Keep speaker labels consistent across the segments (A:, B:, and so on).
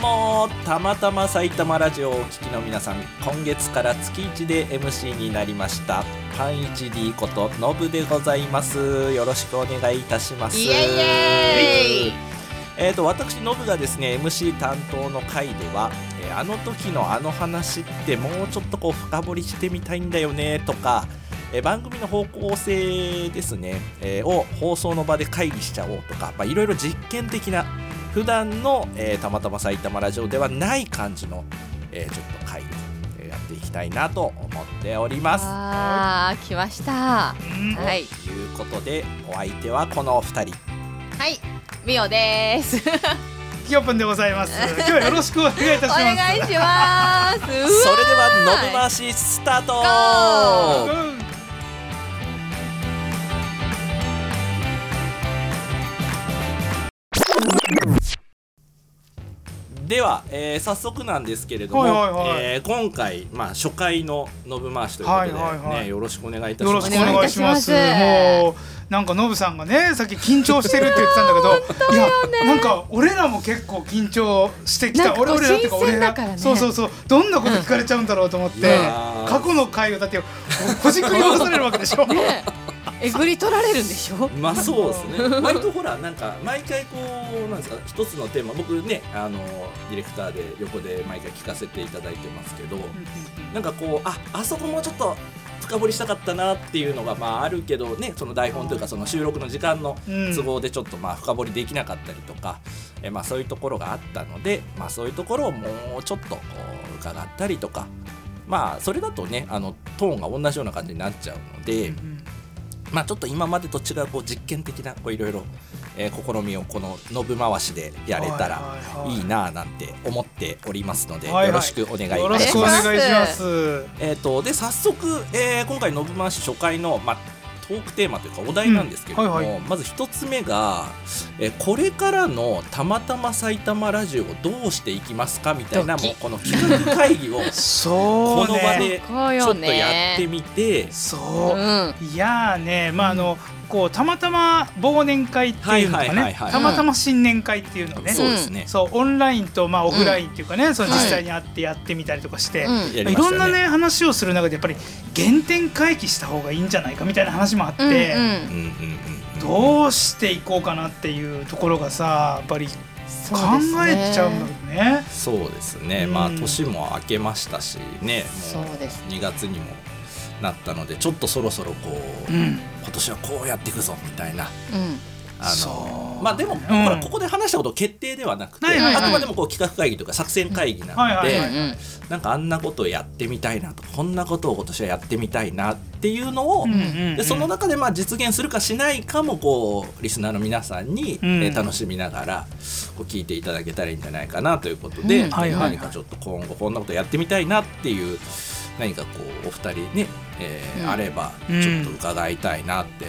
A: もたまたま埼玉ラジオをお聞きの皆さん今月から月1で MC になりましたパン 1D ことノブでございますよろしくお願いいたします
B: イエイイエイ
A: えー、と私ノブがですね MC 担当の回では、えーあの時のあの話ってもうちょっとこう深掘りしてみたいんだよねとか、えー番組の方向性ですね、えーを放送の場で会議しちゃおうとかまあいろいろ実験的な普段の、えーたまたま埼玉ラジオではない感じの、えーちょっと会を、えーやっていきたいなと思っております。
B: あー来ましたはい
A: ということでお相手はこのお二人
B: はいミオです
C: キヨプンでござい ます。今日はよろしくお願いいた
B: お
C: します。
B: 願いしますそれで
A: それではノブ回しスタート
B: ゴ
C: うん
A: では、えー早速なんですけれども、
C: はいはいはい
A: えー今回、まあ、初回の「ノブ回し」ということで、ね
C: はいはいはい
A: よろしくお願いいたし
C: よろ
A: ま
C: し
A: す。
C: くお願いします。
B: お願いいたします
C: もうなんかノブさんがね、さっき緊張してるって言ってたんだ けど、いやなんか俺らも結構緊張してき
B: なん
C: た。
B: かこう
C: 俺俺らっていう
B: 新鮮だからね
C: 俺ら、そうそうそう。どんなこと聞かれちゃうんだろうと思って、
A: いやー
C: 過去の回をだってこじくり回されるわけでしょ。
B: ねえぐり取られるんでしょ
A: まあそうです ね割とほらなんか毎回こうなんですか一つのテーマ僕ねあのディレクターで横で毎回聞かせていただいてますけどなんかこうああそこもちょっと深掘りしたかったなっていうのがまああるけどねその台本というかその収録の時間の
C: うん
A: 都合でちょっとまあ深掘りできなかったりとか、えまあそういうところがあったのでまあそういうところをもうちょっとこう伺ったりとかまあそれだとねあのトーンが同じような感じになっちゃうので。まあ、ちょっと今までと違うこう実験的なこういろいろえー試みをこの「のぶ回し」でやれたらいいなあなんて思っておりますので
C: はいはい
A: よろしくお願いい
C: よろ
A: た
C: し
A: し
C: くお
A: ま
C: 願
A: す。
C: いします。
A: えー、とで早速、えー今回「のぶ回し」初回の、まあ、トークテーマというかお題なんですけれども、
C: うんはいは
A: まず一つ目が、えーこれからの「たまたま埼玉ラジオ」をどうしていきますかみたいな
B: ドキ
A: もうこの企画会 議を
C: そ
A: こ
C: う
A: の場
C: ね。
A: で
B: こう
A: ちょ
B: よ
A: っとやって
B: ね
A: みて、
C: そう。
B: うん
C: いやーね、まああの、こうたまたま忘年会っていうのとか
A: はいはいはい
C: ね
A: はい、
C: たまたま新年会っていうのをね、
A: そうですね、
C: そうオンラインとまあオフラインっていうかね、その
B: は
C: 実
B: い
C: 際に会ってやってみたりとかして、
B: うん
A: やり
C: い
A: ま
C: ろ
A: し
C: ん
A: た
C: な
A: ね。
C: ね話をする中でやっぱり原点回帰した方がいいんじゃないかみたいな話もあって、
B: う
A: う
B: ん
A: んうんうんうん
C: どうしていこうかなっていうところがさ、やっぱり考
B: そうですね
C: えちゃうんだけどね。
A: そうですね、
C: うん
A: まあ年も明けましたしねもう
B: そうです
A: 2月にもなったのでちょっとそろそろこう、
C: うん、
A: 今年はこうやっていくぞみたいな
B: うん
A: あ
C: そ
A: の
C: う
A: まあでも、
C: ん
A: ほらここで話したこと決定ではなくて、
C: はいはい
B: はい
A: あくまでもこう企画会議とか作戦会議な
C: はい
A: の
C: は
A: で、
C: い
B: うん
C: はい
A: なんかあんなことをやってみたいなとこんなことを今年はやってみたいなっていうのを、
C: うんうんう
A: で
C: ん
A: その中でまあ実現するかしないかもこうリスナーの皆さんに、
C: うん
A: えー楽しみながらこう聞いていただけたらいいんじゃないかなということで、
B: うん
C: はいはいは
A: 何
C: い
A: かちょっと今後こんなことやってみたいなっていう何かこうお二人ね、えー
B: うん
A: あれば
C: うん
A: ちょっと伺いたいなって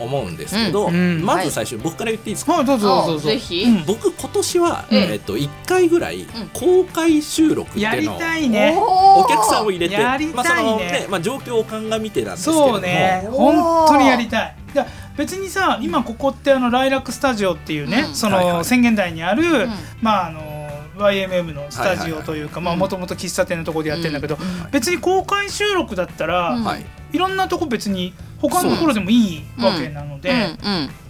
B: うん
A: 思うんですけど、
C: うんうん
A: まず最初僕から言っていいですか、
C: はいどうぞどうぞどうぞ。
B: あぜひ
C: うん
A: 僕今年は、
B: うん
A: えー、と1回ぐらい公開収録って
C: や
A: いう
C: り
A: のを
C: たいね。
A: お客さんを入れて
C: やり
A: まあそ
C: たいね
A: のねまあ、状況を鑑みてなんですけれども
C: そうね
B: おー
C: 本当にやりたいいや別にさ今ここってあのライラックスタジオっていうね、
B: うん
C: そ
A: はいはい
C: の宣言台にある、
B: ん
C: まああの YMM のスタジオというか
B: はいはいはい
C: もともと喫茶店のところでやってるんだけど、
B: うん
C: 別に公開収録だったら、
B: うん
A: はい、
C: いろんなとこ別に他のところでもいいわけなので、
B: うん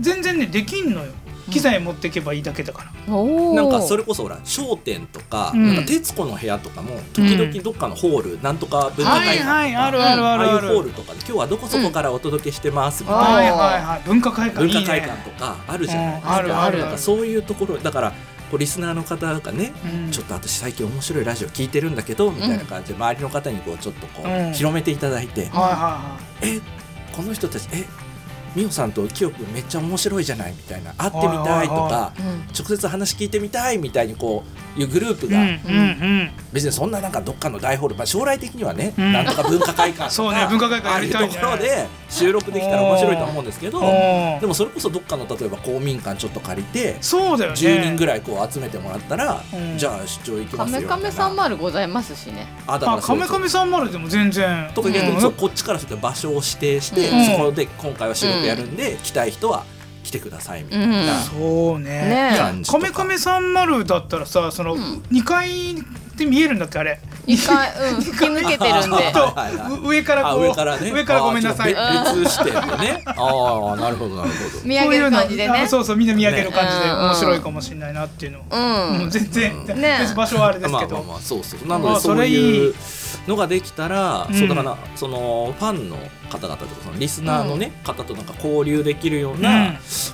C: 全然ねできんのよ機材持ってけばいいだけだから、
B: うんおー
A: なんかそれこそほら『商店とか「
C: うん
A: なんか徹子の部屋」とかも時々どっかのホール、なんとか文化
C: は
A: 会
C: い
A: 館とか、
C: はいあるあるあ
A: あ
C: る
A: あい
C: あ
A: う
C: る、
A: ホールとかで今日はどこそこからお届けしてますみたいな、
B: あ
C: はいはいはい文化会館い
A: 文
C: いね
A: 化会館とかあるじゃないですか、
C: うんある
B: ある
A: なんかそういうところだからこうリスナーの方がね
C: うん
A: ちょっと私最近面白いラジオ聞いてるんだけどみたいな感じで周りの方にこうちょっとこう、
C: うん
A: 広めていただいて、
C: はいは
A: えこの人たちえ美桜さんと清くんめっちゃ面白いじゃないみたいな会ってみたいとか、
C: はいはい
B: うん
A: 直接話聞いてみたいみたいにこういうグループ
C: い
A: が、
C: はいうんうんうん
A: 別にそんななんかどっかの大ホール、まあ、将来的にはね、
C: うん
A: なんとか文化会館とか
C: そうね文化会館
A: ああ
C: や
A: い
C: り
A: う
C: たいね
A: ところで収録できたら面白いと思うんですけど
C: おー
A: でもそれこそどっかの例えば公民館ちょっと借りて
C: そうだよね
A: 10人ぐらいこう集めてもらったら、
C: うん
A: じゃあ出張行き
B: カ
A: ますよ
B: メ
A: み
B: カ
A: たいな
B: メさんまるございますしね
A: あだか
C: あ、
A: らそ
C: カ
A: う
C: メ
A: そ
C: カ
A: う
C: メさんまででも全然。
A: とか逆にそう
C: うん
A: こっちからすると場所を指定して、
B: うん
A: そこで今回は収録やるんで、来たい人は来てくださいみた
B: う
A: いな。
B: ん
C: そう
B: ね
C: ね。
B: え
C: いやカメカメ30だったらさ、その二階って見えるんだっけあれ。
B: 一回うん吹き抜けてるんで
A: あ
C: と
A: はいはい
C: う上から
A: あ
C: こう
A: 上からね。
C: 上からごめんなさい。
A: あーちょっと別視点で ね。ああ、なるほど、なるほど。
B: 見上げる感じで
C: こういうの
B: ね
C: あそうそうみんな見上げる感じで
B: ね
C: 面白いかもしれないなっていうのを
B: う
C: もうん全然別
B: ね
C: に場所はあれです
A: ま
C: け
A: あまあ
C: ど
A: まあそうそうな
C: ま
A: の
C: あ
A: で
C: そ
A: そ
C: れ
A: う
C: い
A: い
C: いう
A: のができたら、
C: うん
A: そうだからそのファンの方々とかそのリスナーのね、方となんか交流できるような、
C: うん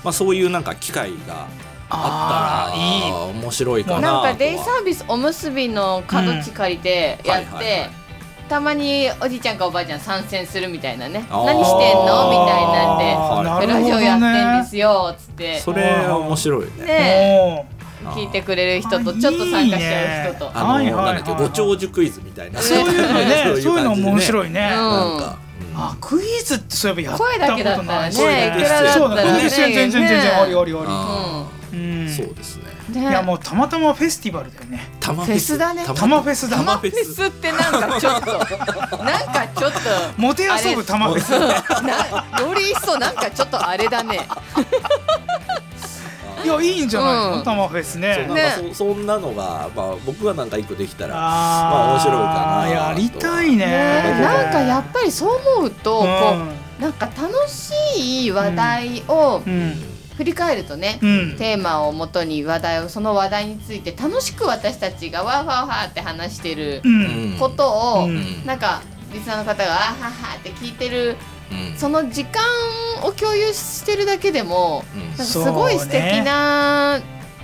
A: まあそういうなんか機会があったら
C: あ
A: 面白いかなと
B: なん
A: は
B: かデイサービスおむすびの角地借りて
A: う
B: や
A: んはい
B: っ
A: はいは
B: て
A: い
B: たまにおじいちゃんかおばあちゃん参戦するみたいなね
A: あー
B: 何してんのみたいなんで
C: あー
A: な
B: ラ
A: るほどね
B: ジオやってんですよつって
A: それは面白いね。
B: ね
C: おー
B: 聞いてくれる人とちょっと参加しちゃう人と
A: あの、
C: はいはいはい
A: なんだっけご長寿クイズみた いな
C: そういうの
A: そういう感
C: ね
A: じで
C: そういうの面白
A: い。
C: いね
B: うん
A: なんか、うん
C: あクイズってそういえばやった
B: 声だけだった
C: ことな
B: ら
C: い
B: ね
C: し
A: 声だけ
B: いくらだ
C: そう
B: っ
C: だ
B: たら
C: ね
B: ね
C: 全然全然全然ありありあ
A: あ
C: りうん
A: ーそうですね。
B: ね
C: いやもうたまたまフェスティバルだよね
A: タマ
B: フェスだね
C: たまフェスだ
A: タマ
B: フ
A: フェ
B: ェ
A: ス。
B: スってなんかちょっとなんかちょっと
C: モテ遊ぶたまフェス
B: なより一層なんかちょっとあれだね
C: いやいいんじゃない
B: うん
C: のたまフェ
A: そ
C: ス
A: うなん
C: ね
A: かそそんなのが、まあ、僕はなんか一個できたらまあ
C: あ
A: 面白いかな
C: ーやりたいね
B: ねなんかやっぱりそう思うとこ
C: う
B: うなんか楽しい話題を
C: んうん
B: 振り返るとね
C: うん
B: テーマをもとに話題をその話題について楽しく私たちがわーわーわーって話してる
C: うん
A: うん
B: ことを
C: うん
B: なんかリスナーの方があーははって聞いてる
A: うん
B: その時間を共有してるだけでも
A: うん
B: なんかすごい素敵な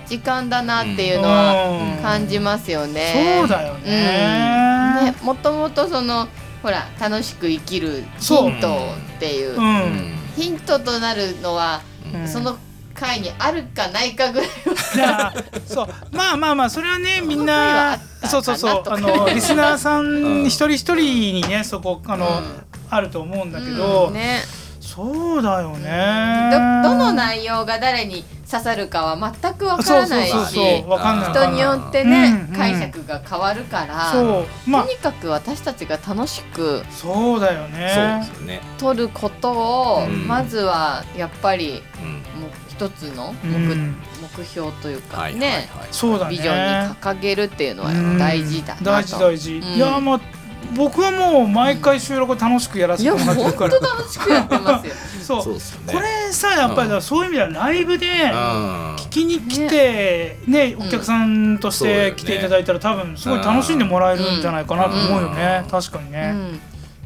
B: 時間だなっていうのは
A: うん
B: 感じますよね。
C: そうだよ
B: うんね
C: ね。
B: もともとそのほら楽しく生きる
C: そう
B: ヒントっていうう、
A: うん
C: ん。
B: ヒントとなるのは、
C: うん
B: その回にあるかないかぐらい
C: じゃあそうまあまあまあそれはねみん
B: この回はあっ
C: な
B: た
C: そうそうそう
B: か
C: あ
B: なとか
C: のリスナーさ
A: うん
C: ん一人一人にねそこあの、
B: うん
C: あると思うんだけ
B: う
C: ど、
B: んね
C: そうだよ
B: ど
C: ね。
B: どの内容が誰に刺さるかは全くわからないし
C: そうそうそうそうわかんない
B: 人によってね、
C: うんうん
B: 解釈が変わるから、
C: そうまあ
B: とにかく私たちが楽しく
C: そうだよ
A: そうで
C: ね
A: す。よね、
B: 撮ることを、
A: うん
B: まずはやっぱり
A: うん
B: もう一つの
C: う
B: 目,、
C: ん
B: 目標というか
A: はいはい
B: ね、
A: はい
C: そうだね。
B: ビジョンに掲げるっていうのは
C: うん
B: 大事だなと。
C: 大事大事。いや
B: うん
C: まあ僕はもう毎回収録を楽しくやらせ
B: い
C: て
B: や
C: もらって
B: 本
C: るか
B: 当
C: ら。
B: 楽しくやってますよ。
C: そう
A: そうですよね
C: これさやっぱりだからそういう意味ではライブで。
A: うん
C: 聞きに来て、ねお客さんとして来ていただいたら、多分すごい楽しんでもらえるんじゃないかなと思うよね、
A: うん
C: 確かに
B: う
C: ね。
B: ん、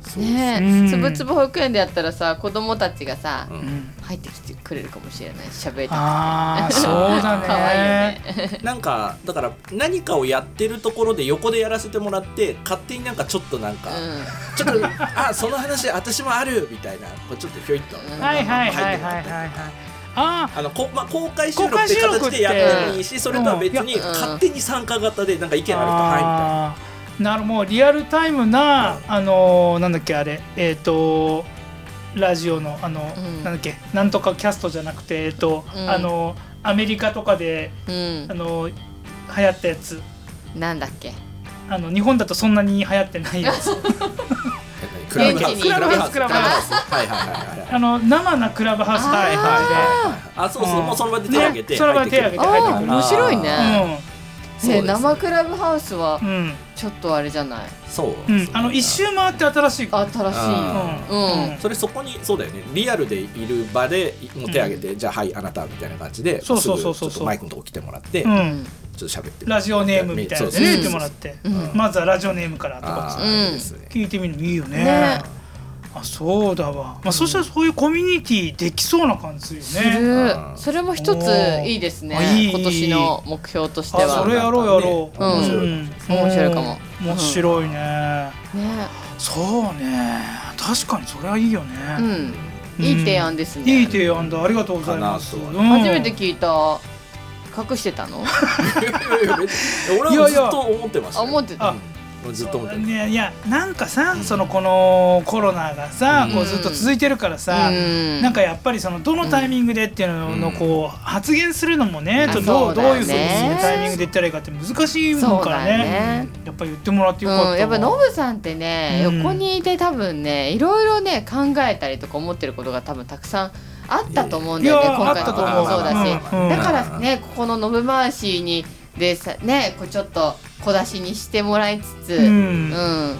A: そうです
B: ねえ、
C: うん
B: つぶつぶ保育園でやったらさ子供たちがさ、
A: う
C: うんん
B: 入ってきてくれるかもしれないし喋りた
C: ああそうだね
B: 可愛いよね。
A: なんかだから何かをやってるところで横でやらせてもらって勝手になんかちょっとなんか、ちょっとあその話私もあるみたいなこうちょっとひょいっと
B: うん
C: はいはいはいはいはいはいあ
A: あのこ、まあ、公開収録
C: 公
A: っ
C: 開
A: て
C: 収録っ
A: 形
C: て
A: でやってもいいしそれとは別
B: う
A: に
B: ん
A: 勝手に参加型でなんか意見あるとは
C: あーなるもうリアルタイムな、
A: うん
C: あのーなんだっけあれえっ、とラジオのあの、
B: うん
C: なんだっけなんとかキャストじゃなくてえっ、と、
B: うん
C: あのアメリカとかで
B: うん
C: あ、の流行ったやつ
B: うん、なんだっけ。
C: あの日本だとそんなに流行ってないやつ
A: みた
B: はいい
A: な
B: 現地に
A: クラブハウス
C: クラブハウス
A: クラブハウスはいはいはいはい
C: あの生なクラブハウス
A: はい
C: と
A: はい
C: か
A: はいはいあそうそうもうその場で手挙げて
C: ねその場で手挙
A: 入
C: げ
A: ってて
B: あ
A: くる
B: あ
C: 入ってく
B: ー
C: る
B: 面白いね。
A: そう
B: ね
A: ですね
B: 生クラブハウスは
C: で、うん
B: ちょっとあれじゃない。
A: そう
C: う
A: です
C: ん
A: ね
C: あの一周回って新しい
B: 新しい。
A: あ
B: うん
C: うん
A: それそこにそうだよねリアルでいる場でもう手挙げて、じゃあはいあなたみたいな感じで
C: そうそうそう
A: すぐ
C: そう
A: ちょっとマイクのとこ来てもらって、
C: う
A: ちょっ
C: ん
A: と喋って
C: ラジオネームみたいなやつね
A: そう
C: 言
A: そう
C: っ
A: そ
C: て
A: う
C: もらって、
B: うん
C: まずはラジオネームからと
A: あ
C: か
A: ー
B: うん
A: あれですね
C: 聞いてみるのいいよね
B: ね
C: あそうだわ、まあ、そしたらそういうコミュニティできそうな感じす
B: す
C: るよね
B: る
A: あー
B: それも一ついいですね
C: おーいい
B: 今年の目標として
C: あそ
B: は
C: れ
B: ね
C: やろうやろう、
B: うん
A: 面白い、
B: 面白いかも
C: うん面白いね、そうね確かにそれはいいよ
B: う
C: ね、
B: んいい提案ですね、
C: いい提案だありがとうございます、
A: かなと
C: うん
B: 初めて聞いた隠してた の
A: いやいや俺はずっと思ってましたよ
B: あ思ってた
C: あ
A: うんずっと思ってまし
C: ねいやなんかさ、
A: うん
C: そのこのコロナがさ、
A: うん
C: こうずっと続いてるからさ、
B: うん
C: なんかやっぱりそのどのタイミングでっていうの
A: う
C: の
A: ん
C: こう発言するのもね、
A: あ
C: ちょっとど
B: そう
C: う
B: だ
C: ど
B: よ
C: ういうふうに
B: ね
C: タイミングで言ったらいいかって難しいも
B: そ
C: ん
B: う
C: から
B: だ
C: ね
B: ね
C: やっぱり言ってもらってよかったわ、
B: うん、やっぱノブさんってね、
C: うん
B: 横にいて多分ねいろいろね考えたりとか思ってることが多分たくさんあったと思うんだよね
C: いやー
B: 今回のこともそうだ
C: あ
B: し
C: ったと思ううん
B: だからねここの「ノブ回しに」でさねこうちょっと小出しにしてもらいつつ、
C: う
B: うん
C: ん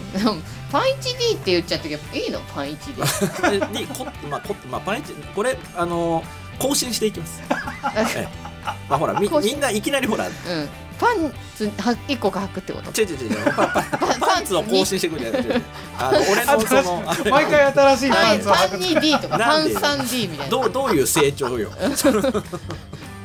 B: パン 1D って言っちゃったけどいいのパン 1D
A: にこまあこまあパンチこれあのー更新していき ます。ええまあほらみ
B: 更新
A: みんないきなりほら
B: うんパンツは一個か履くってこと
A: 違う違う違う パパパンツを更新していくんじゃなくてあの俺のそのあれ
C: 毎回新しいパ
B: パ
C: ン
B: ン
C: ツを
B: パ
C: 履
B: ン
C: く
B: 2D とか
A: な
B: パ
A: ん
B: ン
A: で
B: 3D みたいな
A: どうどういう成長よ。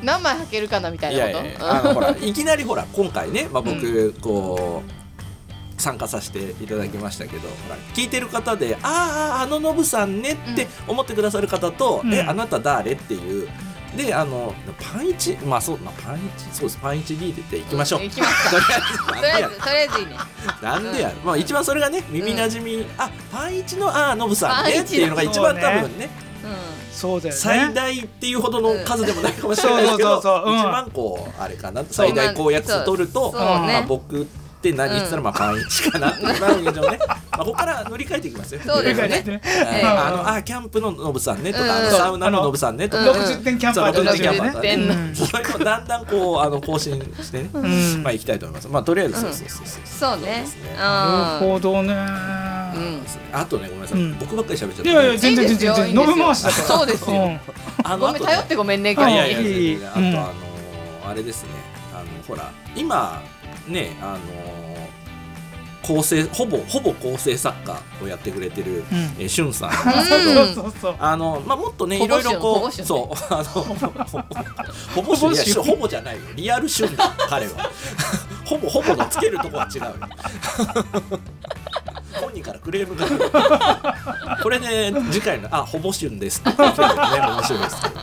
B: 何枚履けるかなみたい
A: い
B: な
A: や
B: こ
A: い
B: と
A: やいやあのほらいきなりほら今回ねまあ僕こう参加させていただきましたけどほら聞いてる方で「あああのノブさんね」って思ってくださる方と「
C: うん
A: えあなた誰?」っていう。であのパン一まあそうまあパン一そうですパン一 D で行きましょう。
B: 行きまし
A: とり
B: とり
A: あえ
B: あ え
A: ず
B: ずとりあえずいいね
A: なんでやる、まあ一番それがね耳なじみ、あパン一のあーノブさんね
B: パ
A: っ
B: ンイ
A: て
B: チ
A: いうのが一番
C: そう
A: 多
C: ね
A: 分ね
B: う
C: そうだよ
A: 最
C: ね
A: 大っていうほどの数でもないかもしれないですけ
C: う
A: ど
C: んそうそうそううん
A: 一番こうあれかな最大公約数取ると、
B: んそう
A: まあ、
B: ね
A: 僕って何言って言ったらまあパン一かなってなる現状 ね、まあ、ここから乗り換えていきますよ
B: そうですね
A: いろいろ
B: ええ
A: あのあキャンプのノブさんねとか、あの
C: そう
A: サウナのノブさんねとか、
B: うん
C: 60点キャンパー
A: そ
C: と
A: う
C: 同
A: 60
C: じ
A: キャ
C: よ
A: ンパ
C: ね
A: ーとかね、
B: 60点
A: それをだんだんこうあの更新してね、
C: うん
A: まあ行きたいと思いますまあとりあえずそうそうそうそう、
B: そうね
A: ですね
C: なる
B: う
C: ほどね
B: んうん
A: あとねごめんなさい、
C: うん
A: 僕ばっかり喋っちゃっ
C: い
A: た
C: やいや全
B: い
C: 然
B: い
C: 全
B: です
C: 然
B: よ
C: 全然飲み回しだから
B: そうですよ
C: ん
A: あ
B: ごめん頼って
A: ね
B: ごめんね
A: いやいや
B: ガ
A: い
B: リ
A: や全然あと、
C: うん
A: あのーあれですねあのほら今ねあのー構成ほぼほぼ構成作家をやってくれてる、
C: うん
A: えー、しゅんさん
C: そうそうそう
A: あのまあもっとねい
B: 保護
A: ろ
B: 種
A: いろこう
B: 保護種ね
A: そう あのほぼ
C: 保護種
A: いやしほぼじゃないよリアル旬だ彼は ほぼほぼのつけるとこは違うよ 本人からクレームが来るこれで、次回の「あほぼ旬です」って言ってるのね面白いですけどね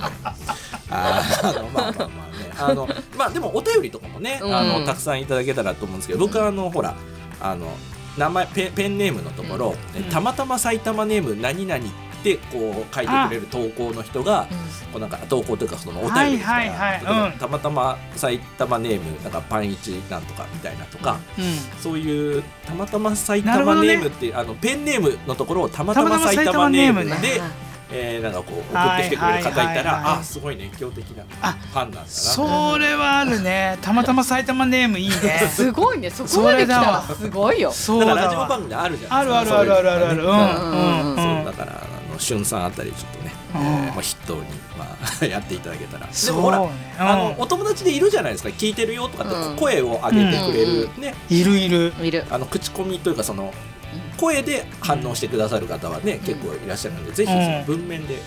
A: あーあのまあまあまあねあのまあでもお便りとかもね、あ
B: う
A: の
B: ん
A: たくさんいただけたらと思うんですけど僕はあのほらあの名前ペンペンネームのところ、
B: うん
A: えたまたま埼玉ネーム何々ってこう書いてくれる投稿の人がこうなんか投稿というかそのお便りですから
C: はいはいはい
A: 例えば
C: うん
A: たまたま埼玉ネームなんかパンイチなんとかみたいなとか、
C: うん
A: そういうたまたま埼
C: なるほ
A: 玉
C: ど
A: ネー
C: ね
A: ムって、あのペンネームのところをたまたま埼
C: たまたま
A: 玉
C: 埼玉
A: ネー
C: ネー
A: ム
C: ム
A: で
C: ね
A: えーなんかこう送ってきてくれる方いたら、
C: はいはいはいはい
A: あすごい熱狂的なフ
C: あ
A: ァンなんだな
C: それはあるねたまたま埼玉ネームいいね
B: すごいねそこまで来たら
C: そ
B: すごいよ
C: そう
A: だ
C: だ
A: からラジオ
C: わ
A: 番組であるじゃな
C: あ
A: いで
C: る
A: すか
C: あるあるあるあるあ
A: そういう
C: る
A: うのがね
C: んうん
A: そううんだからあのしゅんさんあたりちょっとね、え
C: うん
A: ーまあ、筆頭に、まあ、やっていただけたらで
C: そう
A: もほら、
C: ね
A: あの
C: うん
A: お友達でいるじゃないですか聞いてるよとかっ
B: う
A: て
B: ん
A: 声を上げてくれる、ね
C: いるいる
B: いる
A: あの口コミというかその声で反応してくださる方はね、結構いらっしゃるのでぜひその文面で、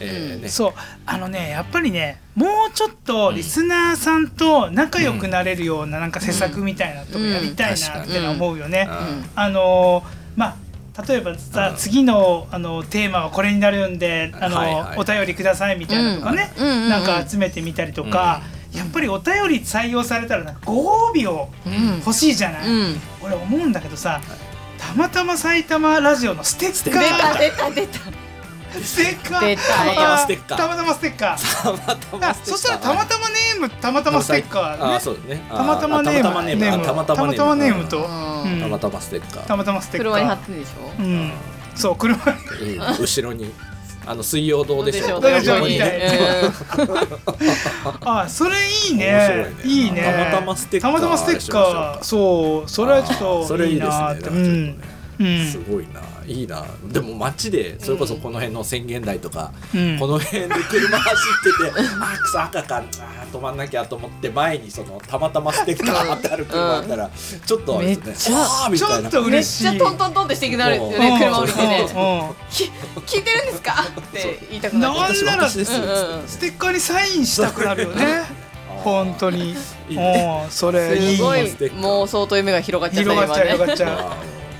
A: えーね
C: そうあのねやっぱりねもうちょっとリスナーさんと仲良くなれるようななんか施策みたいなとこやりたいなってのは思うよね、
A: うん
B: うん
C: あのーまあ例えばさ、
A: うん
C: 次のあのテーマはこれになるんで、あの
A: はいはい
C: お便りくださいみたいなとかね、
B: うんうんうんうん
C: なんか集めてみたりとか、やっぱりお便り採用されたらなんかご褒美を
B: うん
C: 欲しいじゃない、
B: うん
C: 俺思うんだけどさ、たまたま埼玉ラジオのステッ
B: 出
C: カ
B: た
C: ー
B: 出た出た
C: ステッカー
B: 出たよ
A: たまたまステッカー
C: たまたまス
A: たまたま
C: テッカーあ
A: ステッカー
C: そしたらたまたまネームたまたまステッカーだ
A: あ
C: ね
A: ーそうだねあー
C: たまたまネーム
A: たまたまネームあたまたまネーム
C: たまたまネームと
B: うん
C: うん
A: たまたまステッカー
C: たまたまステッカー
B: 車に貼ってるでしょ
C: うんそう車に
A: うん後ろにあの水曜どうでしょう
C: どうでしょう
A: 横にね
C: みたいなあそれいいね
A: 面白いね
C: いいね
A: たまたまステッカー
C: たまたまステッカーそうそれはちょっ
A: そ
C: と
A: れい
C: い
A: い
C: い
A: ですね
C: な
A: なん
C: ーっ
A: かちょっと
C: てう
A: ね
C: んうん
A: すごいないいなでも街でそれこそこの辺の宣言台とか、
C: うん
A: この辺で車走って てあ草赤かあー止まんなきゃと思って前にそのたまたまステッカーってある車あったらちょっとあれ
B: めっ
A: です
B: ち
A: ね
B: ゃ
A: あーみ
C: ちょ
A: たい
C: っ
A: な
C: と
B: めっ
C: 嬉しい
B: ちゃトントントンってしてきなるんですよね車降りてね
C: ね
B: き聞いてるんですかって言いたくなる
C: なんなら
A: 私です
B: うんうんうん
C: ステッカーにサインしたくなるよね本当に
A: いいね
C: もうそれいい
B: すご
A: ステッ
B: い
A: カー
B: もう相当夢が広がっちゃった
C: 広がっちゃう
B: 今ね
C: 広がっちゃう
A: あ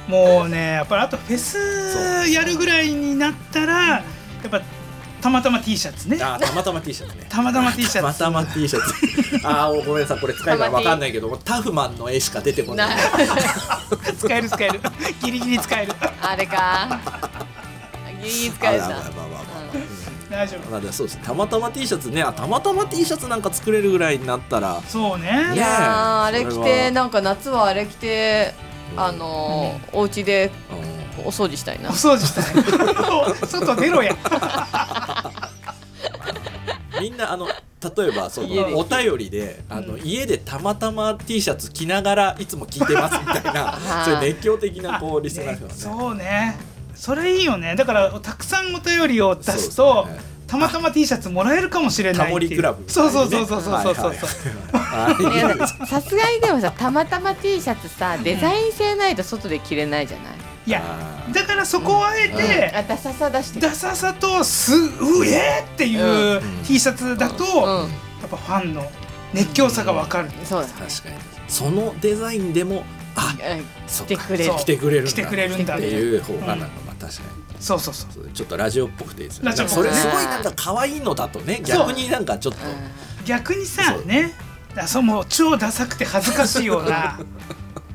C: もうねやっぱりあとフェ
A: そう
C: スやるぐらいになったらやっぱたまたま T シャツね
A: ーあーたまたま T シャツね
C: たまたま T シ
A: た
C: ャ
A: ま
C: ツ
A: たま T シャ ツああごめんなさいこれ使えばわかんないけどもうタフマンの絵しか出てこない
B: な
C: 使える使える ギリギリ使える
B: あれかギリギリ
A: あ
B: 疲れ
A: ら
B: た
A: まあまあまあまあ
C: 大丈夫
A: まあでもそうですねたまたま T シャツねあたまたま T シャツなんか作れるぐらいになったら
C: そうね
B: い
A: ね
B: やーあれ
A: そ
B: 着
A: れは
B: てなんか夏はあれ着て
A: うん
B: あのーお家で
A: うん
B: お掃除したい
C: お
B: な
C: 掃除したい外出ろや
A: みんなあの例えばその
B: 家で
A: お便りであの、
B: うん
A: 家でたまたま T シャツ着ながらいつも聞いてますみたいな
B: ー
A: そういう熱狂的なこ
C: あ
A: うリスナーの人
C: ね
A: がね
C: そうねそれいいよねだからたくさんお便りを出す
A: そう
C: と、
A: ですね
C: たまたま T シャツもらえるかもしれない
A: タ
C: っていう
A: モリクラブみたい
C: そう
A: なね、
C: そうそうそうそうそうそう、
A: はいはいはい
B: や
A: はい
B: ささすがにでもさたまたま T シャツさデザイン性ないと外で着れないじゃない、
C: いや
A: あ
C: だからそこをあえて、
B: あダサさ出して
C: ダサさとすうえーっていう
A: うん
C: T シャツだと、や
B: うん
C: っぱファンの熱狂さがわかる、
B: そうだ
A: ー確かにそのデザインでもあ
B: う
A: そ
B: ん
A: う
B: 着て
A: か
B: くれる
C: そう
A: 来てくれるんだ
C: 来てくれるんだ
A: っ
C: ってていう
A: いう方がなんかまあ確かに
C: そうそうそう
A: そうちょっとラジオっぽくていいですよね
C: ラジオっぽ
A: そ
C: くて
A: れすごいなんか可愛いのだとね逆になんかちょっと
C: 逆にさ
A: そう
C: ねあそうもう超ダサくて恥ずかしいような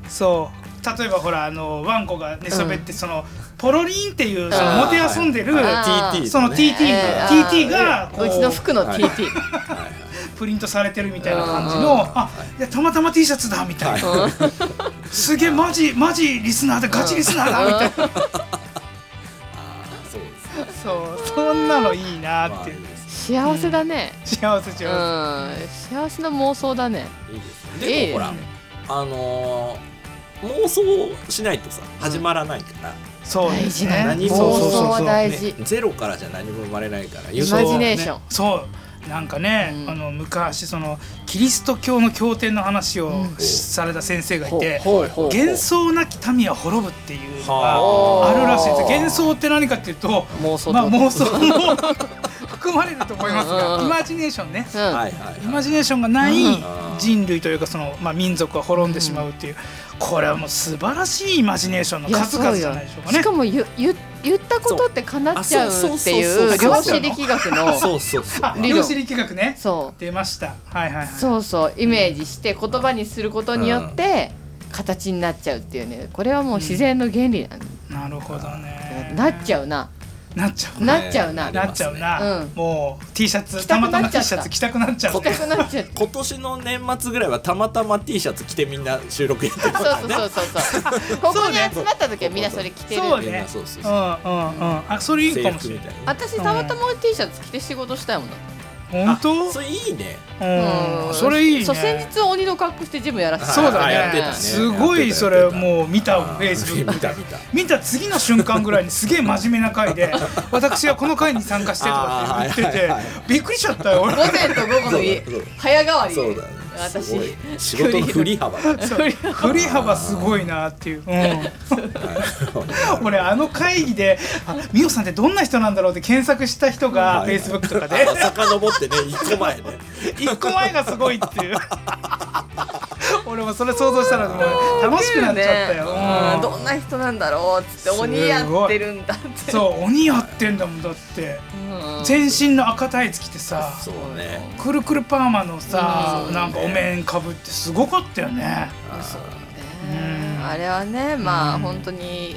C: そう例えばほらあのワンコが寝そべって、そのポロリンっていうその
A: あ
C: も
A: ー
C: てあそんでる
B: あー
A: TT
C: その TT
B: えーあー
C: TT がこ
B: うちの服の TT
A: はいはい
C: プリントされてるみたいな感じ
B: うん
C: のあいやたまたま T シャツだみたいな、
A: は
C: すげえマジマジリスナーでガチリスナーだみたいな、
A: あーそうですね
C: そうそんなのいいな
A: ま
C: っ
A: あ
C: て
A: いいです
B: 幸せだね
C: 幸せ
B: うん
C: 幸
B: 幸せの妄想だね
A: いいですね
B: い
A: で
B: い
A: も
B: ね
A: ほらあのー妄想しないとさ始まらないから、
C: せそうで
B: 大事
C: すね
B: な
A: 何
B: 妄
A: も
B: 想は大
A: ね
B: 事
A: ゼロからじゃ何も生まれないから
B: イマジネーシ
A: ョン
B: ョン
C: そうなんかね、
B: うん
C: あの昔そのキリスト教の経典の話を
B: うん
C: しされた先生がい
B: ほ
C: て、
B: ほうほう
C: 幻想なき民は滅ぶっていうの
A: は
C: が
B: あ
C: あるらしいです幻想って何かっていうと
B: 妄想
C: まあ
B: と
C: 妄想も含まれると思います
B: うん
C: が
B: うん
C: イマジネーションね
B: うん
A: はいはい、はい、
C: イマジネーションがない
A: ん
C: 人類というかその、まあ、民族は滅んでしまうっていう、これはもう素晴らしいイマジネーションの
B: いや
C: 数
B: そ
C: 々
B: う
C: じ
B: よ
C: ゃないでしょうか
B: し
C: ね
B: か。もゆゆ言ったことって叶っちゃう
A: そうあそう
B: っ
A: そう
B: てい
A: そううそう
B: 量子力学の
A: そうそうそう
C: あ量子力学ね
B: そ。
C: 出ました。はいはいはいう
B: そうそうイメージして言葉にすることによって形になっちゃうっていうねこれはもう自然の原理なんだ
C: なるほどね。
B: なっちゃうな
C: なっちゃう。
B: なっちゃうな
A: ね
C: なっちゃう
A: ありますね
C: な、
B: うん
C: もう T シャツ
B: 着たく
C: たまた
B: な
C: ま
B: っちゃった
C: T シャツ着たくなっちゃう
B: 痛くなっちゃう
A: 今年の年末ぐらいはたまたま T シャツ着てみんな収録やってる
B: そうそうそうそうそうここに集まった時はみんなそれ着てる
C: そうね
A: みんなそうそう
C: う
A: そ
C: ん
A: う
C: う
A: ん
C: うんあそれいいか
A: 制
C: もし
A: 服み
C: れな
A: た
C: い
A: いな
B: 私たまたま T シャツ着て仕事したいもんだって
C: 本当
A: それいいね
C: うん、それいいね
B: そう先日鬼の格好してジムやらせて
C: そうだね
A: あやってたね
C: すごい
A: やってた
C: それ
A: やってた
C: もう見た
A: あー
C: Facebook
A: 見た見た
C: 見た次の瞬間ぐらいにすげえ真面目な回 で私はこの回に参加してとかって言ってて、
A: あーはいはい
C: びっくりしちゃったよ
B: 午
C: 俺
B: 前と午後のい
A: そうだそうだ
B: 早変わり
A: そうだね
B: 私
A: すごい仕事の振り幅だね
C: 振り幅すごいなっていう、うん、 俺あの会議で「あ美桜さんってどんな人なんだろう?」って検索した人が
A: はい
C: Facebook とかで
A: あ遡ってね一個前ね
C: 一個前がすごいっていう 俺もそれ想像したらもう楽しくなっちゃったよ、
B: ねう
C: う
B: んんどんな人なんだろうっつって
C: すごい
B: 鬼やってるんだって
C: そう鬼やってんだもんだって
B: うん
C: 全身の赤タイツ着てさ
A: そうね
C: くるくるパーマのさ、
B: うん
C: なんかお面かぶってすごかったよね
A: あー
B: ね
C: うん
B: あれはねまあ
C: うん
B: 本当に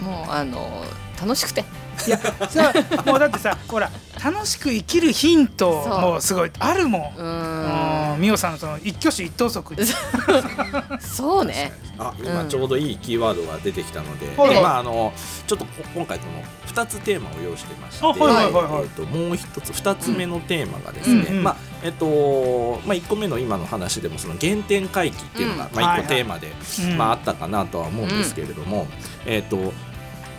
B: もうあの楽しくて
C: さもうだってさほら楽しく生きるヒント
B: そう
C: もうすごいあるもん
B: う
C: うん
B: ん
C: 美桜さんのその一挙手一投足
B: そうね
A: あ
B: う
A: 今
B: ん
A: ちょうどいいキーワードが出てきたので、
C: はい
A: まああのちょっとこ今回この2つテーマを用意してまして、
C: あはい
B: はい
C: はいはい
A: えーともう一つ2つ目のテーマがですね、
C: うんうん
A: まあえっ、とまあ1個目の今の話でもその原点回帰っていうのが、
B: う
A: まあ1
C: はいは
A: 個
C: い
A: テーマで、
C: うん
A: まああったかなとは思うんですけれども、えっ、と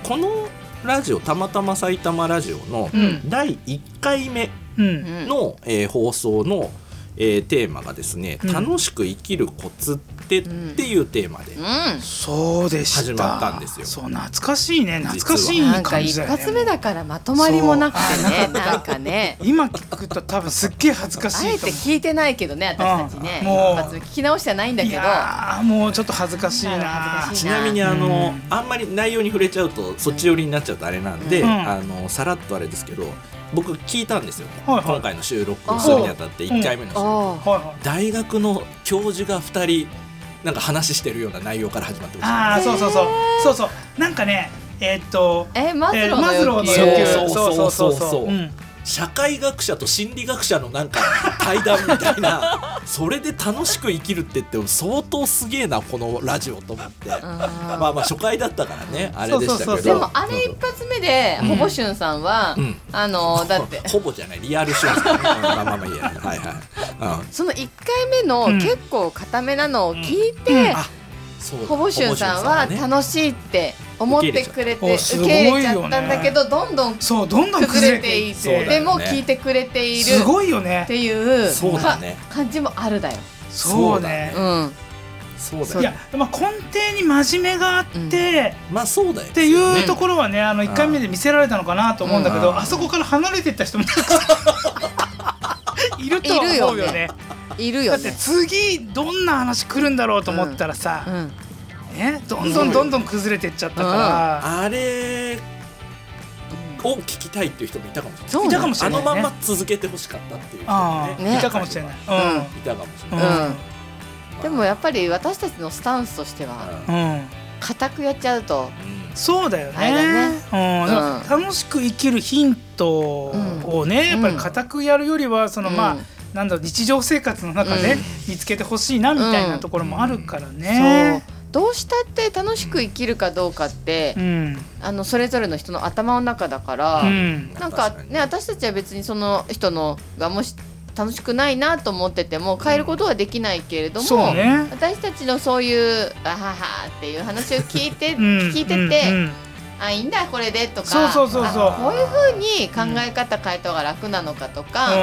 A: このラジオたまたま埼玉ラジオの
C: うん
A: 第1回目
C: うん、
B: うん
A: の、えー放送の、えーテーマがですね、
C: うん
A: 楽しく生きるコツって」っていうテーマで、
B: う
C: そうでした
A: 始まったんですよ
C: そう懐かしいね懐かしい
B: んなんか
C: 感
B: 一
C: じだよね
B: 発目だからまとまりもなくてね
C: そう
B: なんかね
C: 今聞くと多分すっげえ恥ずかし
B: あえ
C: いと
B: て
C: 思
B: 聞いてないけどね私たちね
C: うんもう
B: 一発目聞き直してないんだ
C: うい
B: けど
C: やーもうちょっと恥ずかしい
B: うん
C: な
B: 恥ずかし
A: ちなみにあの、
C: うん
A: あんまり内容に触れちゃうとそっち寄りになっちゃうとあれなんで、
C: うん
A: あのさらっとあれですけど僕聞いたんですよね、
C: はいはい
A: 今回の収録をするにあたって1回目の収録
B: おー
C: はいはい
A: 大学の教授が2人なんか話してるような内容から始まってました
C: ああそうそうそうそうそうなんかねえーっと
B: えマズ
C: え
B: ロ
C: ーマズロ
B: ーの
C: ーの
B: 欲
C: 欲
B: 求
C: 求
A: そうそうそうそう
C: うん
A: 社会学者と心理学者のなんか対談みたい なそれで楽しく生きるってって相当すげえなこのラジオと思って
B: あー
A: まあまあ初回だったからねあれでしたけ
C: そう
A: ど
C: そうそ
B: で
C: う
B: もあれ一発目で、
A: うん
B: ほぼしゅんさんは、
A: うん
B: あのだって
A: ほぼじゃないリアルショーですからね、うんまあまあまあいいやはいはい、うん
B: その1回目の
C: うん
B: 結構固めなのを聞いて、
C: うんうん
A: あそうだ
B: ほぼしゅんさんは
A: ほぼしゅんさんはね
B: 楽しいって思ってくれて
C: 受
B: 受
C: け
B: け
C: 入
B: 入れ
C: れち
B: ち
C: ゃ
B: ゃ
C: った
B: ったんだけどどんどん
C: そうどんどん崩
B: 崩
C: れ
B: れ
C: て
B: て
C: い
B: い
C: っ
B: って
A: そうだよね
B: でも聞いてくれてい
C: て
B: る
C: す
B: っ
C: ごいよね
B: ていう
A: そうだね
B: か感じもあるだよ。
C: そうね
B: うん、
A: そうだ
B: そ
A: よ
B: う
C: い
A: ね
C: や、まあ、根底に真面目があって、
B: うん
C: っ
A: まあそうだよって
C: いうところはねあの1回目で見せられたのかなと思うんだけど、
A: うん
C: あそこから離れていった人もたくさん いると思う
B: い
C: よね
B: るよねいる
C: だ
B: よ
C: って
B: ね。
C: 次どんな話来るんだろうと思ったら
B: う
C: さ、
B: ん、
C: ね、どんどんどんどん崩れていっちゃったから、
A: あれを聞きたいっていう人もいたかもしれない
B: そう
C: いたか
B: ね
C: もしれ
A: あ
C: ない、
A: の
C: ね、
A: まんま続けてほしかったっていう人も
C: ああ、
B: ね
C: いたかもしれない、
B: うん
A: いたかもしれ
C: う
A: ない、
C: ん
B: でもやっぱり私たちのスタンスとしては
A: うん
C: うん、
B: 固くやっちゃうと、
A: うん
C: そうだよ
B: あれだね
C: ねうん、だ
B: うん
C: から楽しく生きるヒントをね、やっぱり固くやるよりはその、まあ
B: うん
C: なんだろう日常生活の中で
B: うん
C: 見つけてほしいなみたいなところもあるから
B: そう
C: ね。
B: どうしたって楽しく生きるかどうかって、
C: うん、
B: あのそれぞれの人の頭の中だから、
C: うん、
B: なん
A: 確
B: か
A: に
B: ね私たちは別にその人のがもし楽しくないなと思ってても変えることはできないけれども、
C: そうね。
B: 私たちのそういうあははっていう話を聞いて、
C: うん、
B: 聞いてて、
C: うんうん
B: あいいんだこれでとか
C: そうそうそうそう
B: あこういうふうに考え方変えた方が楽なのかとか、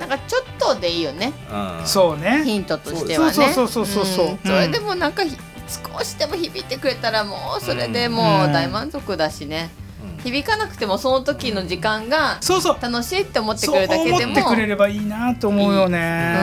B: なんかちょっとでいいよね
A: うん
C: うん、そうね。
B: ヒントとしてはね。
C: そうそうそうそうそうそううん
B: それでもなんかひ少しでも響いてくれたらもうそれでもう大満足だしね、
A: うん
B: 響かなくてもその時の時間が
C: そうそう。
B: 楽しいって思って
C: そ
B: く
C: う
B: れるだけ
C: 思
B: で
C: っ
B: も
C: てくれればいいなと思うよね、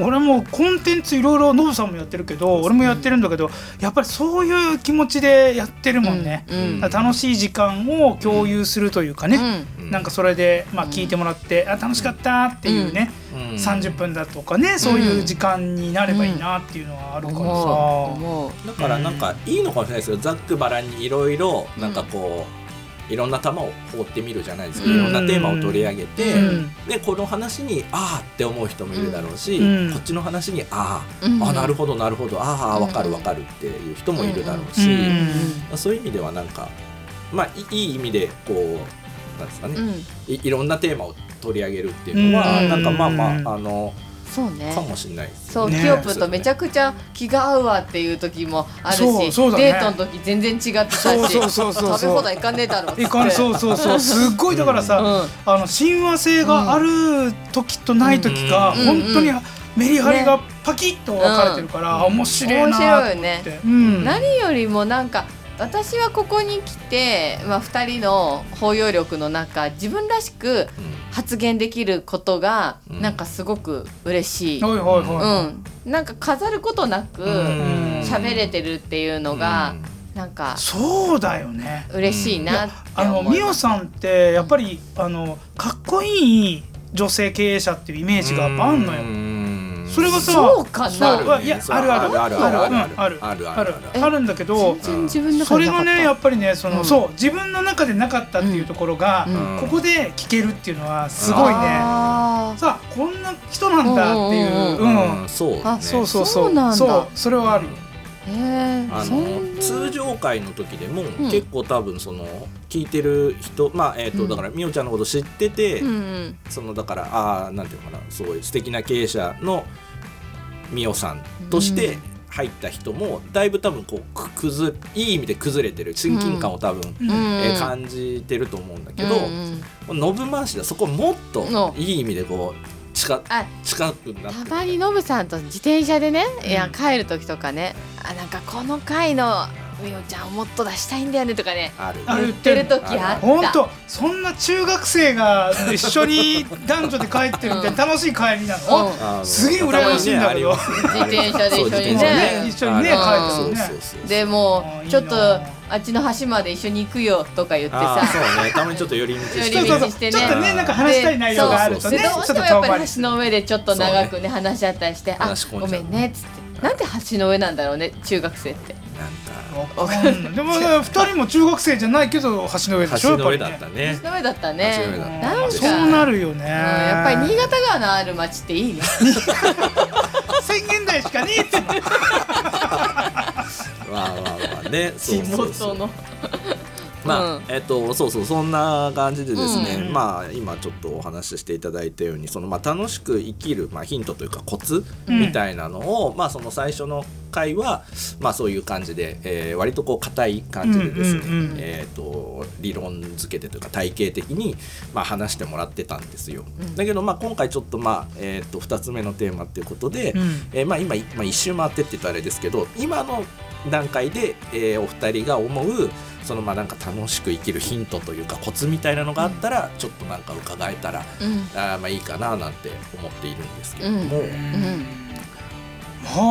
C: 俺もコンテンツいろいろノブさんもやってるけど俺もやってるんだけどやっぱりそういう気持ちでやってるもんね、
B: うん
A: うん
C: だから楽しい時間を共有するというかね、
B: う
A: うん
C: なんかそれで、まあ、聞いてもらって、あ楽しかったっていうね、
A: うん
C: 30分だとかねそういう時間になればいいなっていうのはある
B: ん、
C: から
B: 思う
C: さ。
B: 思う
A: だからなんかいいのかもしれないですよざっくばらんにいろいろなんかこう、いろんな球を放ってみるじゃないですけど、
B: うん
A: いろんなテーマを取り上げて、
C: うん
A: でこの話にああって思う人もいるだろうし、
C: うん
A: こっちの話にあ
B: うんうん
A: ああなるほどなるほどああわかるわかるっていう人もいるだろうし、
C: うん
A: そういう意味ではなんかまあいいい意味でこうなんですかね、
B: うん
A: いいろんなテーマを取り上げるっていうのは、
B: うん
A: なんかまあまああの
B: そうね
A: かもしれないです
B: そう、
C: ね
B: キヨプとめちゃくちゃ気が合うわっていう時もあるし、
C: そうそうだね
B: デートの時全然違ってたし
C: そうそうそうそうそう
B: 食べ放題行かねえだろって
C: いかんそうそうそうすっごいだからさ、
B: うん
C: あの親和性がある時とない時が、
A: うん
C: 本当に
B: うん
C: メリハリがパキッと分かれてるから、
A: うん
C: 面白いなと思っ
B: 面白い
C: て、うん、
B: 何よりもなんか私はここに来て、まあ、2人の包容力の中自分らしく
A: うん
B: 発言できることが
A: うん
B: なんかすごく嬉しい、う
C: はいはいは
B: ん、なんか飾ることなく
A: うん
B: 喋れてるっていうのがなんか
C: い、そうだよね
B: 嬉しいなって
C: あの
B: 思
C: 美
B: い
C: 桜
B: ます
C: さんってやっぱりあのかっこいい女性経営者っていうイメージがあんのよ、
A: よ
C: それがさ
B: そうか
C: そう
B: な
C: わいやあるある
A: あるある
C: うん
A: あ
C: あ
A: る
C: る
A: ある
C: ある
B: え
C: あるんだけど
B: 全然自分の中
C: そ
B: で
C: れ
B: なか
C: が
B: った
C: ねやっぱりねその、
B: うん
C: そう自分の中でなかったっていうところが、
B: うん
C: ここで聞けるっていうのはすごいね
B: あー
C: さあこんな人なんだっていう、
B: う
C: うん
A: うんそうね
B: あ
C: そうそうそう
B: そうなんだ
C: そうそれはあるよ、
B: へえ
A: あ
B: そ
A: の
B: んな
A: 通常会の時でも、
B: ん
A: 結構多分その聞いてる人まあえっ、と、
B: うん
A: だからみおちゃんのこと知ってて、
B: うんうん
A: そのだからああーなんていうのかなすごい素敵な経営者のみおさんとして
B: うん
A: 入った人も、だいぶ多分こうく崩いい意味で崩れてる親近感を多分、
C: うん
B: うん
A: えー感じてると思うんだけど、
B: うんうん
A: ノブ回しだそこもっと
B: の
A: いい意味でこう近
B: あ
A: 近くなって
B: た
A: る
B: まにノブさんと自転車でね、いや
A: うん
B: 帰る時とかねあなんかこの回のみおちゃんをもっと出したいんだよねとかね
A: ある
C: あ
B: 言ってる時あった
C: ほんとそんな中学生が一緒に男女で帰ってるみたいな楽しい帰りなの、
B: う
A: あの
C: すげえ羨ましいんだけど
A: たまに
B: 自転車で一緒にね
A: ね
C: 一緒にね
A: ある
B: 帰ってる
C: ね
A: そうそうそうん
B: でも
C: あーいいな
B: ちょっとあっちの橋まで一緒に行くよとか言って
A: あー
B: さ
A: そうねたまにちょっと寄り道し
B: 寄
A: て
B: り
C: そ
B: 道
C: うそう
B: し
C: そう
B: てね
C: ちょっとねなんか話したい内容があるとね
B: でどう
C: ち
B: して
C: ょっと
B: もや
C: 遠
B: っぱ
C: 回
B: り
C: りし
B: 橋の上でちょっと長くね話し合ったりして「あ
A: 話し込んじゃ
B: ご
A: う
B: めんね」っつって「なんで橋の上なんだろうね中学生って」
A: なん
C: わかんないでもね二人も中学生じゃないけど橋の上で
A: か
C: しょ
A: 橋の上
C: や
A: だっ
C: ぱ
A: たね
B: ダメだった
A: 橋の上
C: り
A: だ
B: ね
A: っ。
C: ね
A: た
B: なんか
C: そうなるよね
B: うんやっぱり新潟川のある町っていいね。
C: 宣言台しかねえって
A: まあまあまあねそう
B: 地
A: そうそ
B: 元
A: う
B: の。
A: まあ
B: うん
A: えっとそうそうそんな感じでですね、
C: うん
A: まあ今ちょっとお話ししていただいたようにそのまあ楽しく生きるまあヒントというかコツ
C: うん
A: みたいなのを、まあその最初の回はまあそういう感じで、えー割とこう硬い感じでですね、
C: うんうんうん
A: えっ、と理論付けてというか体系的にまあ話してもらってたんですよ。
B: うん
A: だけどまあ今回ちょっとまあえっ、と二つ目のテーマっていうことで、
C: うん
A: えーまあ、今、まあ、一周回ってって言ったらあれですけど今の段階で、えーお二人が思うそのまあなんか楽しく生きるヒントというかコツみたいなのがあったら、ちょっとなんか伺えたら
B: うん
A: あーまあいいかななんて思っているんですけれども、
B: ん
C: ま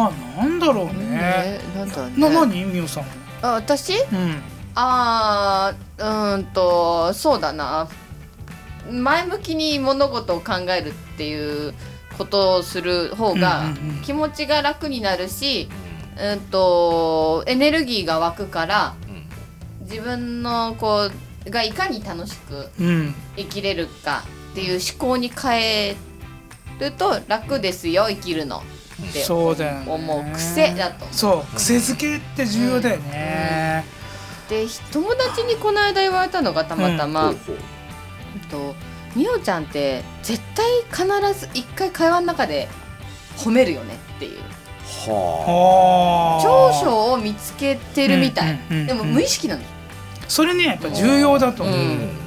C: あなんだろうね
B: ねなんだろうね
C: な何みおさん
B: あ私？
C: うん
B: ああうーんとそうだな前向きに物事を考えるっていうことをする方
C: う
B: が
C: んうんうん
B: 気持ちが楽になるし、うん、とエネルギーが湧くから
A: うんうん
B: 自分のこうがいかに楽しく
C: うん
B: 生きれるかっていう思考に変えると楽ですよ生きるのって
C: そうだよね
B: 思う癖だと
C: そう癖づけって重要だよね
B: で友達にこの間言われたのがたまたま、
A: ほうほう
B: えっとみおちゃんって絶対必ず一回会話の中で褒めるよねっていう
A: は
C: あー
B: 長所を見つけてるみたい、
C: うんうんうんうん
B: でも無意識なの、
C: それねやっぱ重要だと
A: あ、
C: 思う
B: う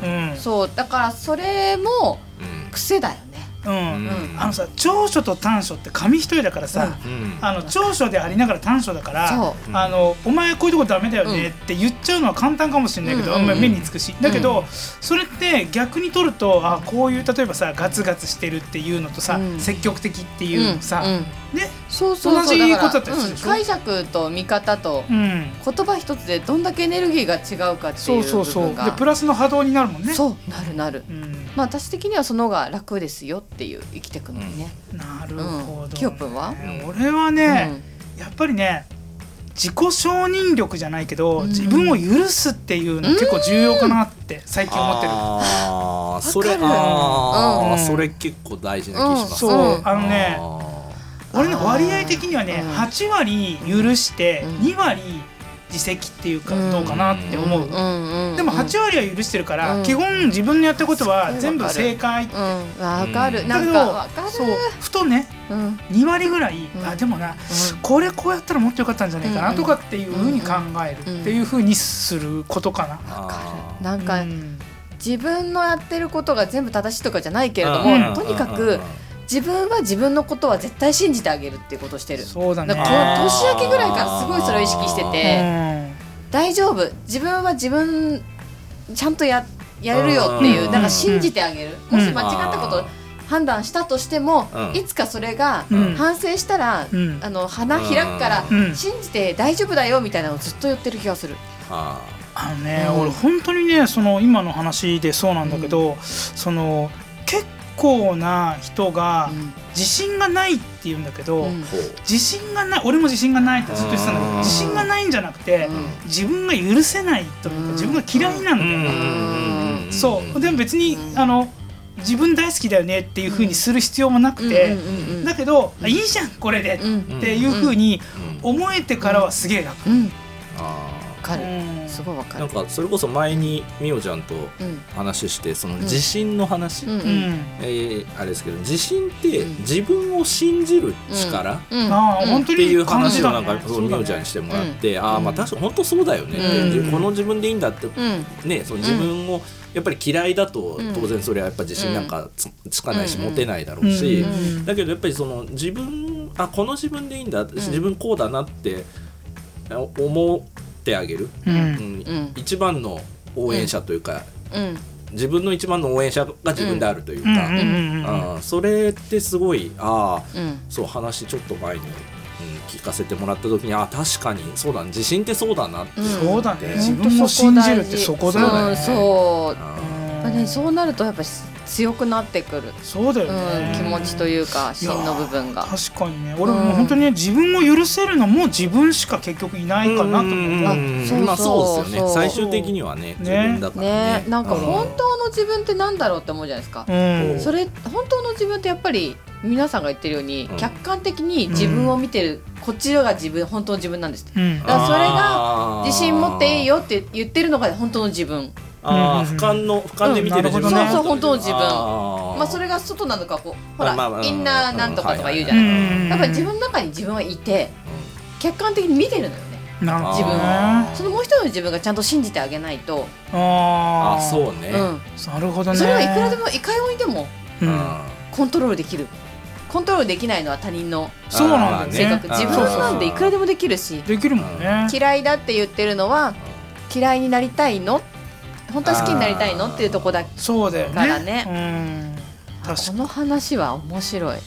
B: ん
C: うん
B: そうだからそれも
A: うん
B: 癖だよね
C: うん
B: ん
C: あのさ長所と短所って紙一重だからさ
A: うん
C: あの長所でありながら短所だから
B: そ
A: うん
C: あのお前こういうとこダメだよねって言っちゃうのは簡単かもしれないけど、
B: うん
C: あんまり目につくしだけど、それって逆に取るとあこういう例えばさガツガツしてるっていうのとさ、
B: うん
C: 積極的って
B: う
C: いうのさ、
B: ん
C: ね
B: そうそうそう
C: 同じ
B: だから
C: ことだったりするでしょ
B: うん解釈と見方と
C: うん
B: 言葉一つでどんだけエネルギーが違うかってい
C: そううそう
B: 部
C: そう
B: 分
C: で
B: が
C: プラスの波動になるもんね。
B: そうなるなる
C: うん、
B: まあ私的にはその方が楽ですよっていう生きてくのにね、
C: なるほど、
B: うんキヨ君は
C: 俺は
B: うん
C: ね、やっぱりね自己承認力じゃないけど、自分を許すっていうの結構重要かなって最近思ってる。
A: あーそれ
B: わかる
A: あー、
C: うん
A: それ結構大事な気します、
C: そう、
B: うん
C: あのね
A: あ
C: 俺ね
B: あー
C: 割合的にはね、
B: うん
C: 8割許して
B: うん
C: 2割自責っていうか
B: うん
C: どうかなって思う、
B: うんうんうん
C: でも8割は許してるから、
B: うん
C: 基本自分のやったことは全部
B: それ
C: 正解
B: うん、わかる、
A: うん
B: なんかわかる
C: そうふとね
B: うんうん
C: 2割ぐらい、
B: うん
C: あでもなこれこうやったらもっとよかったんじゃないか
B: う
C: なんとかっていうふうに考えるっていうふうにすることかな。
A: ー
B: わか
A: あー
B: るなんか、
C: うん
B: 自分のやってることが全部正しいとかじゃないけれども、
C: うん
B: とにか
A: うんうんう
B: く
A: ん
B: 自分は自分のことは絶対信じてあげるっていうことをしてる
C: そうだね
B: だからこの年明けぐらいからすごいそれを意識してて、大丈夫自分は自分ちゃんとややれるよっていう、
A: うん
B: なんか信じてあげる、もし間違ったこと
A: あ
B: 判断したとしても、
A: うん
B: いつかそれが
C: うん
B: 反省したら、
C: うんうん
B: あの花開くから、
C: うん
B: 信じて大丈夫だよみたいなのをずっと言ってる気がする。
A: ーは
C: あのね、
B: うん
C: 俺本当にねその今の話でそうなんだけど、その結構な人が
B: うん
C: 自信がないって言うんだけど、
B: うん
A: あこう
C: 自信がない俺も自信がないってずっと言ってたんだけ
A: う
C: ど
A: ん
C: 自信がないんじゃなくて、
B: うん
C: 自分が許せないというか
B: うん
C: 自分が嫌いなんだよね、
B: う
C: そうでも別に、
B: うん
C: あの自分大好きだよねっていうふうにする必要もなくて、
B: うん
C: だけど、あいいじゃんこれでっ
B: うん
A: って
C: いうふうに
A: うん
C: 思えてからはすげえ楽。
B: うんわ
A: あ
B: かる、
C: うん
B: すごいわ
A: ー
B: かる
A: なんかそれこそ前にみおちゃんと
B: うん
A: 話してその自信の話、
B: うんう
C: うん
B: ん
A: えーあれですけど自信って
B: うん
A: 自分を信じる力、っ
B: うん
C: ああ
B: うん
C: 本当
A: てい
C: に
A: う
C: 感
A: 話
C: じ
A: を
C: だ
A: なん
C: ね
A: かやっぱそう
C: だ
A: み
C: ね
A: おちゃんにしてもらって、
B: うん
A: ああまあ
B: うん
A: 確かに本当そうだよねって、
C: うん
A: この自分でいいんだって、
B: うん
A: ねその自分をやっぱり嫌いだと
B: うん
A: 当然それはやっぱ自信なんかつ,、かないし
B: うん
A: 持てないだろうし、
B: うん
A: だけどやっぱりその自分あこの自分でいいんだ、自分こうだなってあ思ってあげる、
C: うん
A: う
C: う
A: ん
C: ん
B: うん
A: 一番の応援者というか、
B: うん
A: 自分の一番の応援者が自分であるという
C: うん
A: か、
C: うんうん
A: あーそれってすごいああ
B: うん
A: そう話ちょっと前に、うん、聞かせてもらった時にあー確かにそうだ自信ってそうだなって、
B: うん
C: そうだね
A: うん
C: 自分を信じるってそこだよ
B: うん
C: ね。
B: そうやっ
A: あ
B: ぱねそうなるとやっぱ強くなってくる、
C: そうだ
B: う
C: よね
B: ん、、気持ちと
C: いう
B: いうか芯の部分が。
C: 確かにね俺も
B: うん
C: 本当にね自分を許せるのも自分しか結局いないかなと思う、
B: あそうそう
A: まあそうですよね
B: そう
A: 最終的にはね自分だからね
B: ね、なんか
A: う
B: 本当の自分ってなんだろうって思うじゃないですか。
C: うん
B: それ本当の自分ってやっぱり皆さんが言ってるように、
A: うん
B: 客観的に自分を見てる、こっちが自分本当の自分なんですって
C: うん
B: だからそれ
A: あー
B: 自信持っていいよって言ってるのが本当の自分
A: ああ
C: うん
A: 俯瞰の俯瞰で見てる自分
C: うんなるほ
B: そう
C: どね
B: そう本当の自分
A: あー
B: まあそれが外なのかこうほら、
A: まあまあ
B: インナーなんとかとか言うじゃ
C: ん
B: ない、
C: はいはいはい
B: やっぱり自分の中に自分はいて客観的に見てるのよね
C: なるほどね
A: あー
B: そのもう一人の自分がちゃんと信じてあげないと、
C: あ
A: あ
C: ー
A: そうね
B: う
C: なるほど
B: ん、
C: ね
B: それはいくらでもいかようにでも
C: うん
B: コントロールできるコントロールできないのは他人の
C: そうなんだ
B: 性
C: よ
B: 格、
C: ね
B: 自分
C: そうそうそ
B: なんていくらでもできるし
C: うできるもんね
B: 嫌いだって言ってるのは嫌いになりたいの本当は好きになりたいのっていうとこだけ
C: そうだよね
B: から
C: ねうん確か
B: こ
C: に
B: の話は面白い
A: い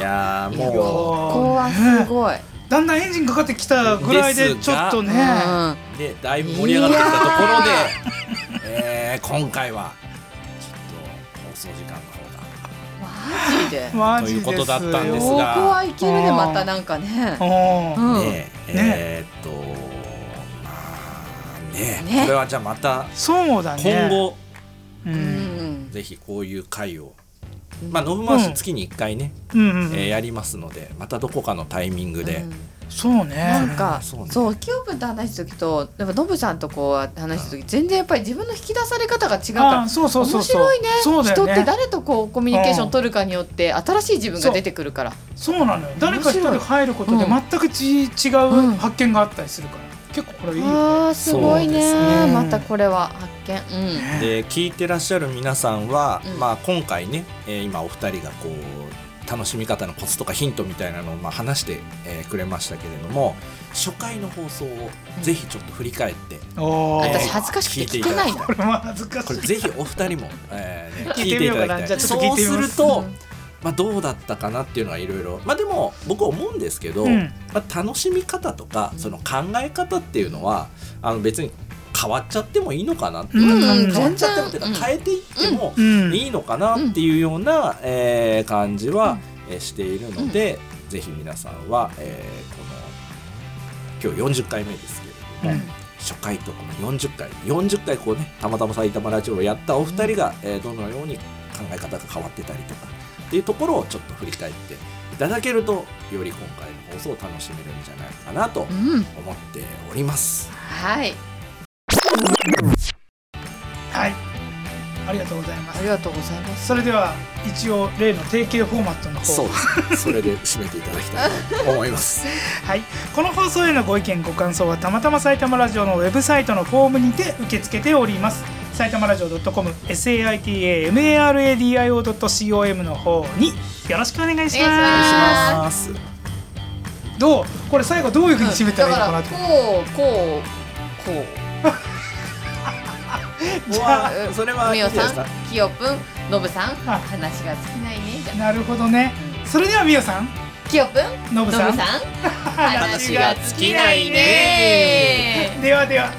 A: やー
B: いや
A: も
B: ここはすごい、
C: だんだんエンジンかかってきたぐらいで
A: です
C: ちょ
A: が
C: っとね
B: うん
A: うでだいぶ盛り上がってきたところで、えー、今回はちょっと放送時間の方がと
B: マジで
C: マジ
A: い
C: で
A: う
C: す
A: ことだったんで
B: こ
A: す
B: こ
A: が
B: はいけるねまたなんかねう
C: うん
B: ん
A: ねえ、
C: ね
A: えーっとまあね
B: ね
A: これはじゃあまた
C: そうだ
A: 今
C: ね
A: 後、
C: う
B: うんん
A: ぜひこういう回をまあノブマウス月に1回ね、
C: うんうんうん
A: えーやりますのでまたどこかのタイミングで、
B: うん
C: そうね
B: なんか、
A: そうね
B: そうキューブと話す時とやっぱノブさんとこう話す時全然やっぱり自分の引き出され方が違うから
C: あーそうそうそうそう
B: 面白いね
C: そうだ
B: 人
C: よ
B: って
C: ね
B: 誰とこうコミュニケーションを取るかによって新しい自分が出てくるから
C: そうなのよ誰か一人入ることで
B: 面
C: 全くち違
B: う
C: うん発見があったりするから結構これいいよ
B: あーすごい
A: そうで
B: ね
C: すね
B: またこれは発見うん
C: ね
A: で聞いてらっしゃる皆さんは、
B: うん
A: まあ、今回ね、えー今お二人がこう楽しみ方のコツとかヒントみたいなのをまあ話して、えーくれましたけれども初回の放送をぜひちょっと振り返って、
C: おー
B: 私恥ずかしくて聞けないんだ
C: これは恥ずか
A: こ
C: し
A: れ
C: い
A: ぜひお二人も、えーね、
C: 聞
A: 聞
C: い
A: いて
C: てみ
A: い
C: ようか
A: た
C: な
A: だきたい
C: じゃあちょっと聞
A: そ
C: いうて
A: す
C: みます
A: ると、まあ、どうだったかなっていうのはいろいろまあでも僕思うんですけど、
C: うん
A: まあ、楽しみ方とかその考え方っていうのはあの別に変わっちゃってもいいのかなって、
C: うん
B: うん
A: 変わっ
B: 全
A: ちゃってもって
B: 然
A: いう
B: うん
A: か変えていっても、
C: うん
A: いいのかなっていうような、えー感じは、えーしているので、ぜひ皆さんは、えーこの今日40回目ですけれども、
C: うん
A: 初回とこの40回40回こうねたまたま埼玉ラジオをやったお二人が、えーどのように考え方が変わってたりとかっていうところをちょっと振り返っていただけるとより今回の放送を楽しめるんじゃないかなと
B: うん
A: 思っております。
B: はい
C: はいありがとうございま
B: あ
C: す
B: りがとうございます
C: それでは一応例の定型フォーマットの
A: そ
C: 方
A: うですねそれで締めていただきたいと思います。
C: はい、この放送へのご意見ご感想はたまたま埼玉ラジオのウェブサイトのフォームにて受け付けております埼玉ラジオ .com saitamaradio.com の方によろしくお願いし
A: お願い
B: お願いし
C: ます
A: します
C: どうこれ最後どういうふうに締めたらいいのかな
B: だ
C: と、
B: からこうこうこ
C: じゃあ
A: うわそれ
B: う
A: は
B: み
A: いいで
B: お
A: す
B: さ
A: か
B: んきよぷんのぶさん
C: あ
B: 話が尽きないねじゃ
C: なるほどねそれではみよ さん
B: あきよぷんの
C: のぶ
B: ぶ
C: さ
B: さ
C: ん
B: ん
C: 話
B: 話
C: が
B: が
C: 尽
B: 尽
C: き
B: き
C: な
B: ないいね
C: ではでは